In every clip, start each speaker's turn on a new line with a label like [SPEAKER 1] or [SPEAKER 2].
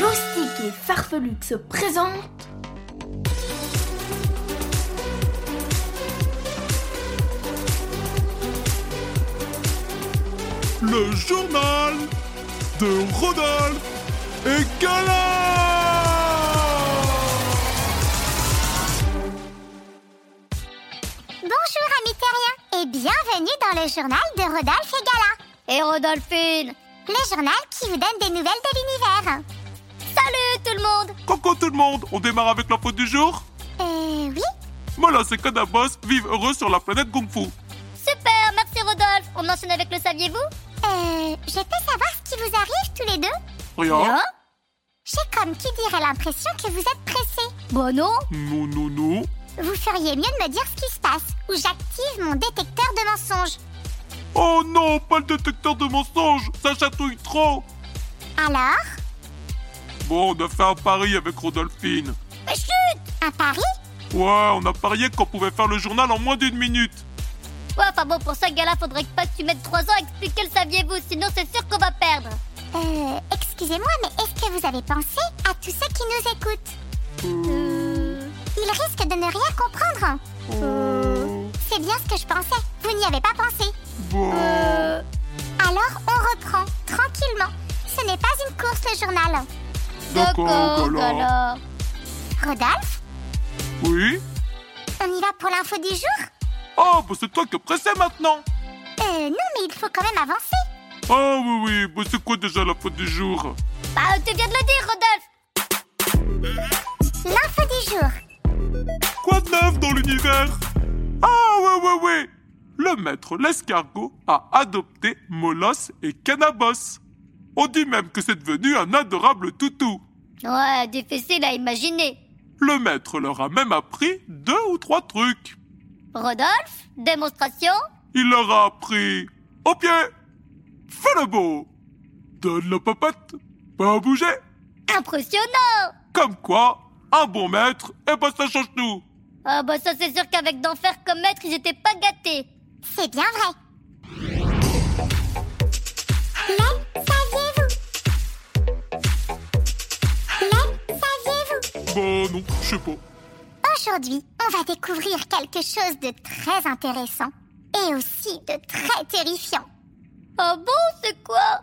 [SPEAKER 1] Loustique et Farfelux se présentent
[SPEAKER 2] le journal de Rodolphe et Gala
[SPEAKER 3] Bonjour amis terriens et bienvenue dans le journal de Rodolphe et Gala.
[SPEAKER 4] Et Rodolphine
[SPEAKER 3] Le journal qui vous donne des nouvelles de l'univers.
[SPEAKER 4] Salut tout le monde
[SPEAKER 2] Coucou tout le monde, on démarre avec l'info du jour
[SPEAKER 3] Euh oui
[SPEAKER 2] Molas et Canabos vivent heureux sur la planète Kung Fu.
[SPEAKER 4] Super, merci Rodolphe On enchaîne avec le saviez-vous
[SPEAKER 3] Euh je peux savoir ce qui vous arrive tous les deux
[SPEAKER 2] Rien
[SPEAKER 3] J'ai comme qui dirait l'impression que vous êtes pressés.
[SPEAKER 4] Bon Bah non
[SPEAKER 2] Non, non, non.
[SPEAKER 3] Vous feriez mieux de me dire ce qui se passe ou j'active mon détecteur de mensonges.
[SPEAKER 2] Oh non, pas le détecteur de mensonges, ça chatouille trop
[SPEAKER 3] Alors
[SPEAKER 2] Bon, on a fait un pari avec Rodolphine.
[SPEAKER 3] Mais chut Un pari
[SPEAKER 2] Ouais, on a parié qu'on pouvait faire le journal en moins d'une minute.
[SPEAKER 4] Ouais, enfin bon, pour ça, Gala, faudrait pas que tu mettes 3 ans à expliquer le saviez-vous, sinon c'est sûr qu'on va perdre
[SPEAKER 3] Euh excusez-moi mais est-ce que vous avez pensé à tous ceux qui nous écoutent Ils risquent de ne rien comprendre. C'est bien ce que je pensais. Vous n'y avez pas pensé.
[SPEAKER 2] Bon.
[SPEAKER 3] Alors on reprend, tranquillement. Ce n'est pas une course le journal.
[SPEAKER 4] euh,
[SPEAKER 2] D'accord, Gala.
[SPEAKER 4] Gala
[SPEAKER 3] Rodolphe,
[SPEAKER 2] Oui
[SPEAKER 3] on y va pour l'info du jour
[SPEAKER 2] Oh, bah c'est toi qui es pressé maintenant
[SPEAKER 3] Euh non mais il faut quand même avancer.
[SPEAKER 2] Oh oui, oui, bah c'est quoi déjà la faute du jour
[SPEAKER 4] Bah, tu viens de le dire, Rodolphe
[SPEAKER 3] L'info du jour.
[SPEAKER 2] Quoi de neuf dans l'univers Ah ouais, ouais, ouais Le maître l'escargot a adopté Molos et Canabos. On dit même que c'est devenu un adorable toutou.
[SPEAKER 4] Ouais, difficile à imaginer
[SPEAKER 2] Le maître leur a même appris deux ou trois trucs.
[SPEAKER 4] Rodolphe, démonstration
[SPEAKER 2] Il leur a appris au pied, fais le beau, donne la papote, pas bouger.
[SPEAKER 4] Impressionnant
[SPEAKER 2] Comme quoi, un bon maître, et bah ça change tout.
[SPEAKER 4] Ah bah ça, c'est sûr qu'avec d'enfer comme maître, ils étaient pas gâtés
[SPEAKER 3] C'est bien vrai. Le saviez-vous Le saviez-vous
[SPEAKER 2] Bah non, je sais pas.
[SPEAKER 3] Aujourd'hui, on va découvrir quelque chose de très intéressant et aussi de très terrifiant.
[SPEAKER 4] Ah bon, c'est quoi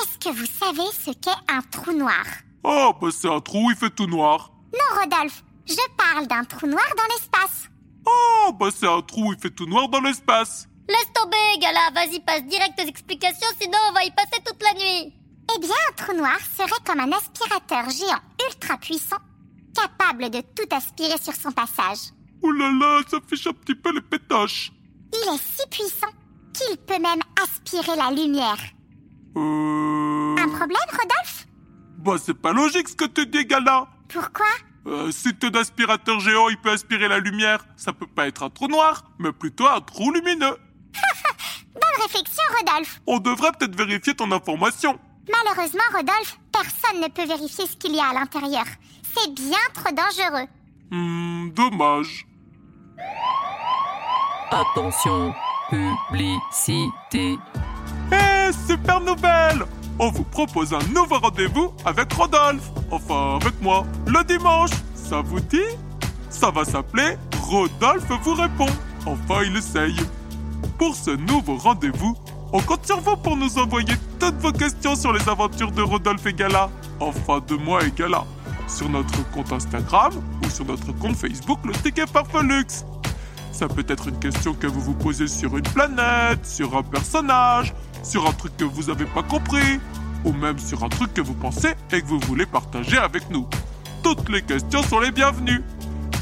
[SPEAKER 3] Est-ce que vous savez ce qu'est un trou noir
[SPEAKER 2] Oh, bah c'est un trou, il fait tout noir.
[SPEAKER 3] Non, Rodolphe, je parle d'un trou noir dans l'espace.
[SPEAKER 2] Oh, bah c'est un trou, il fait tout noir dans l'espace.
[SPEAKER 4] Laisse tomber, Gala, vas-y, passe direct aux explications, sinon on va y passer toute la nuit.
[SPEAKER 3] Eh bien, un trou noir serait comme un aspirateur géant ultra puissant, capable de tout aspirer sur son passage.
[SPEAKER 2] Ouh là là, ça fiche un petit peu les pétoches.
[SPEAKER 3] Il est si puissant qu'il peut même aspirer la lumière.
[SPEAKER 2] Euh...
[SPEAKER 3] Un problème, Rodolphe
[SPEAKER 2] Bah c'est pas logique ce que tu dis, Gala.
[SPEAKER 3] Pourquoi
[SPEAKER 2] Euh, si ton aspirateur géant, il peut aspirer la lumière, ça peut pas être un trou noir, mais plutôt un trou lumineux.
[SPEAKER 3] Bonne réflexion, Rodolphe.
[SPEAKER 2] On devrait peut-être vérifier ton information.
[SPEAKER 3] Malheureusement, Rodolphe, personne ne peut vérifier ce qu'il y a à l'intérieur. C'est bien trop dangereux.
[SPEAKER 2] Hmm, dommage.
[SPEAKER 5] Attention, publicité.
[SPEAKER 2] Eh, super nouvelle On vous propose un nouveau rendez-vous avec Rodolphe, enfin avec moi, le dimanche. Ça vous dit Ça va s'appeler Rodolphe vous répond. Enfin, il essaye. Pour ce nouveau rendez-vous, on compte sur vous pour nous envoyer toutes vos questions sur les aventures de Rodolphe et Gala, enfin de moi et Gala, sur notre compte Instagram ou sur notre compte Facebook Le Ticket Parfolux. Ça peut être une question que vous vous posez sur une planète, sur un personnage, sur un truc que vous n'avez pas compris, ou même sur un truc que vous pensez et que vous voulez partager avec nous. Toutes les questions sont les bienvenues.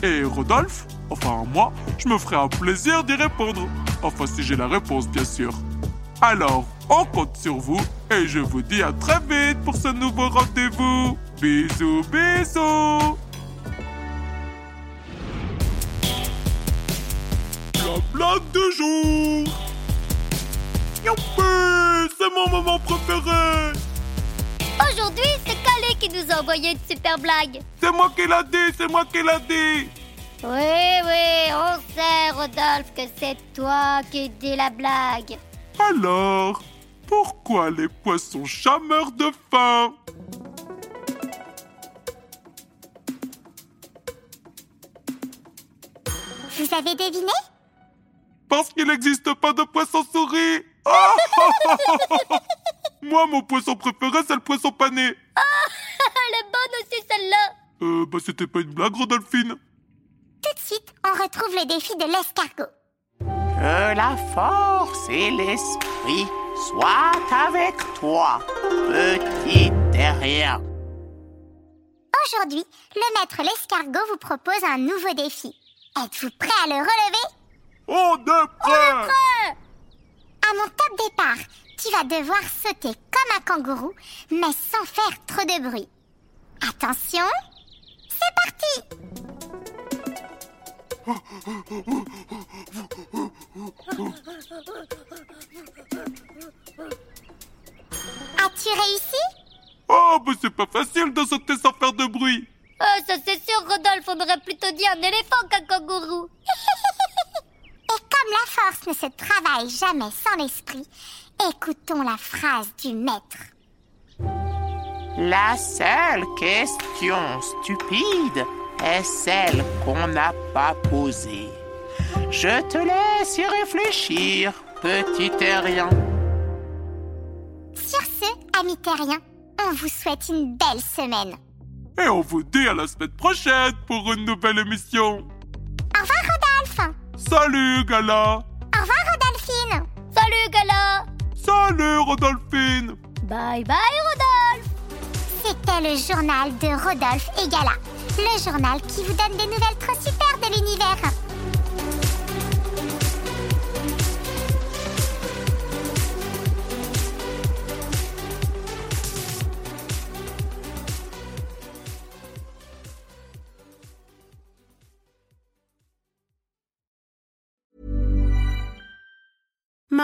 [SPEAKER 2] Et Rodolphe, enfin moi, je me ferai un plaisir d'y répondre. Enfin si j'ai la réponse bien sûr. Alors, on compte sur vous et je vous dis à très vite pour ce nouveau rendez-vous. Bisous, bisous. La blague du jour. Youpi, c'est mon moment préféré.
[SPEAKER 4] Aujourd'hui, c'est Calais qui nous a envoyé une super blague.
[SPEAKER 2] C'est moi qui l'a dit, c'est moi qui l'a dit.
[SPEAKER 4] Oui, oui, on sait, Rodolphe, que c'est toi qui dis la blague.
[SPEAKER 2] Alors, pourquoi les poissons chameurs de faim
[SPEAKER 3] Vous avez deviné
[SPEAKER 2] Parce qu'il n'existe pas de poisson-souris Oh Moi, mon poisson préféré, c'est le poisson pané
[SPEAKER 4] Elle est bonne aussi, celle-là.
[SPEAKER 2] Euh, bah c'était pas une blague, Rodolphine
[SPEAKER 3] Tout de suite, on retrouve le défi de l'escargot.
[SPEAKER 5] Que la force et l'esprit soient avec toi, petit terrien.
[SPEAKER 3] Aujourd'hui, le maître l'escargot vous propose un nouveau défi. Êtes-vous prêt à le relever
[SPEAKER 2] On est prêt
[SPEAKER 3] À mon top départ, tu vas devoir sauter comme un kangourou, mais sans faire trop de bruit. Attention, c'est parti As-tu réussi
[SPEAKER 2] Oh, bah c'est pas facile de sauter sans faire de bruit
[SPEAKER 4] Ah, ça c'est sûr, Rodolphe, on aurait plutôt dit un éléphant qu'un kangourou.
[SPEAKER 3] Et comme la force ne se travaille jamais sans l'esprit, écoutons la phrase du maître.
[SPEAKER 5] La seule question stupide est celle qu'on n'a pas posée. Je te laisse y réfléchir, petit terrien.
[SPEAKER 3] Sur ce, amis terriens, on vous souhaite une belle semaine.
[SPEAKER 2] Et on vous dit à la semaine prochaine pour une nouvelle émission
[SPEAKER 3] Au revoir Rodolphe
[SPEAKER 2] Salut, Gala
[SPEAKER 3] Au revoir Rodolphine
[SPEAKER 4] Salut, Gala
[SPEAKER 2] Salut, Rodolphine
[SPEAKER 4] Bye bye, Rodolphe
[SPEAKER 3] C'était le journal de Rodolphe et Gala, le journal qui vous donne des nouvelles trop super de l'univers.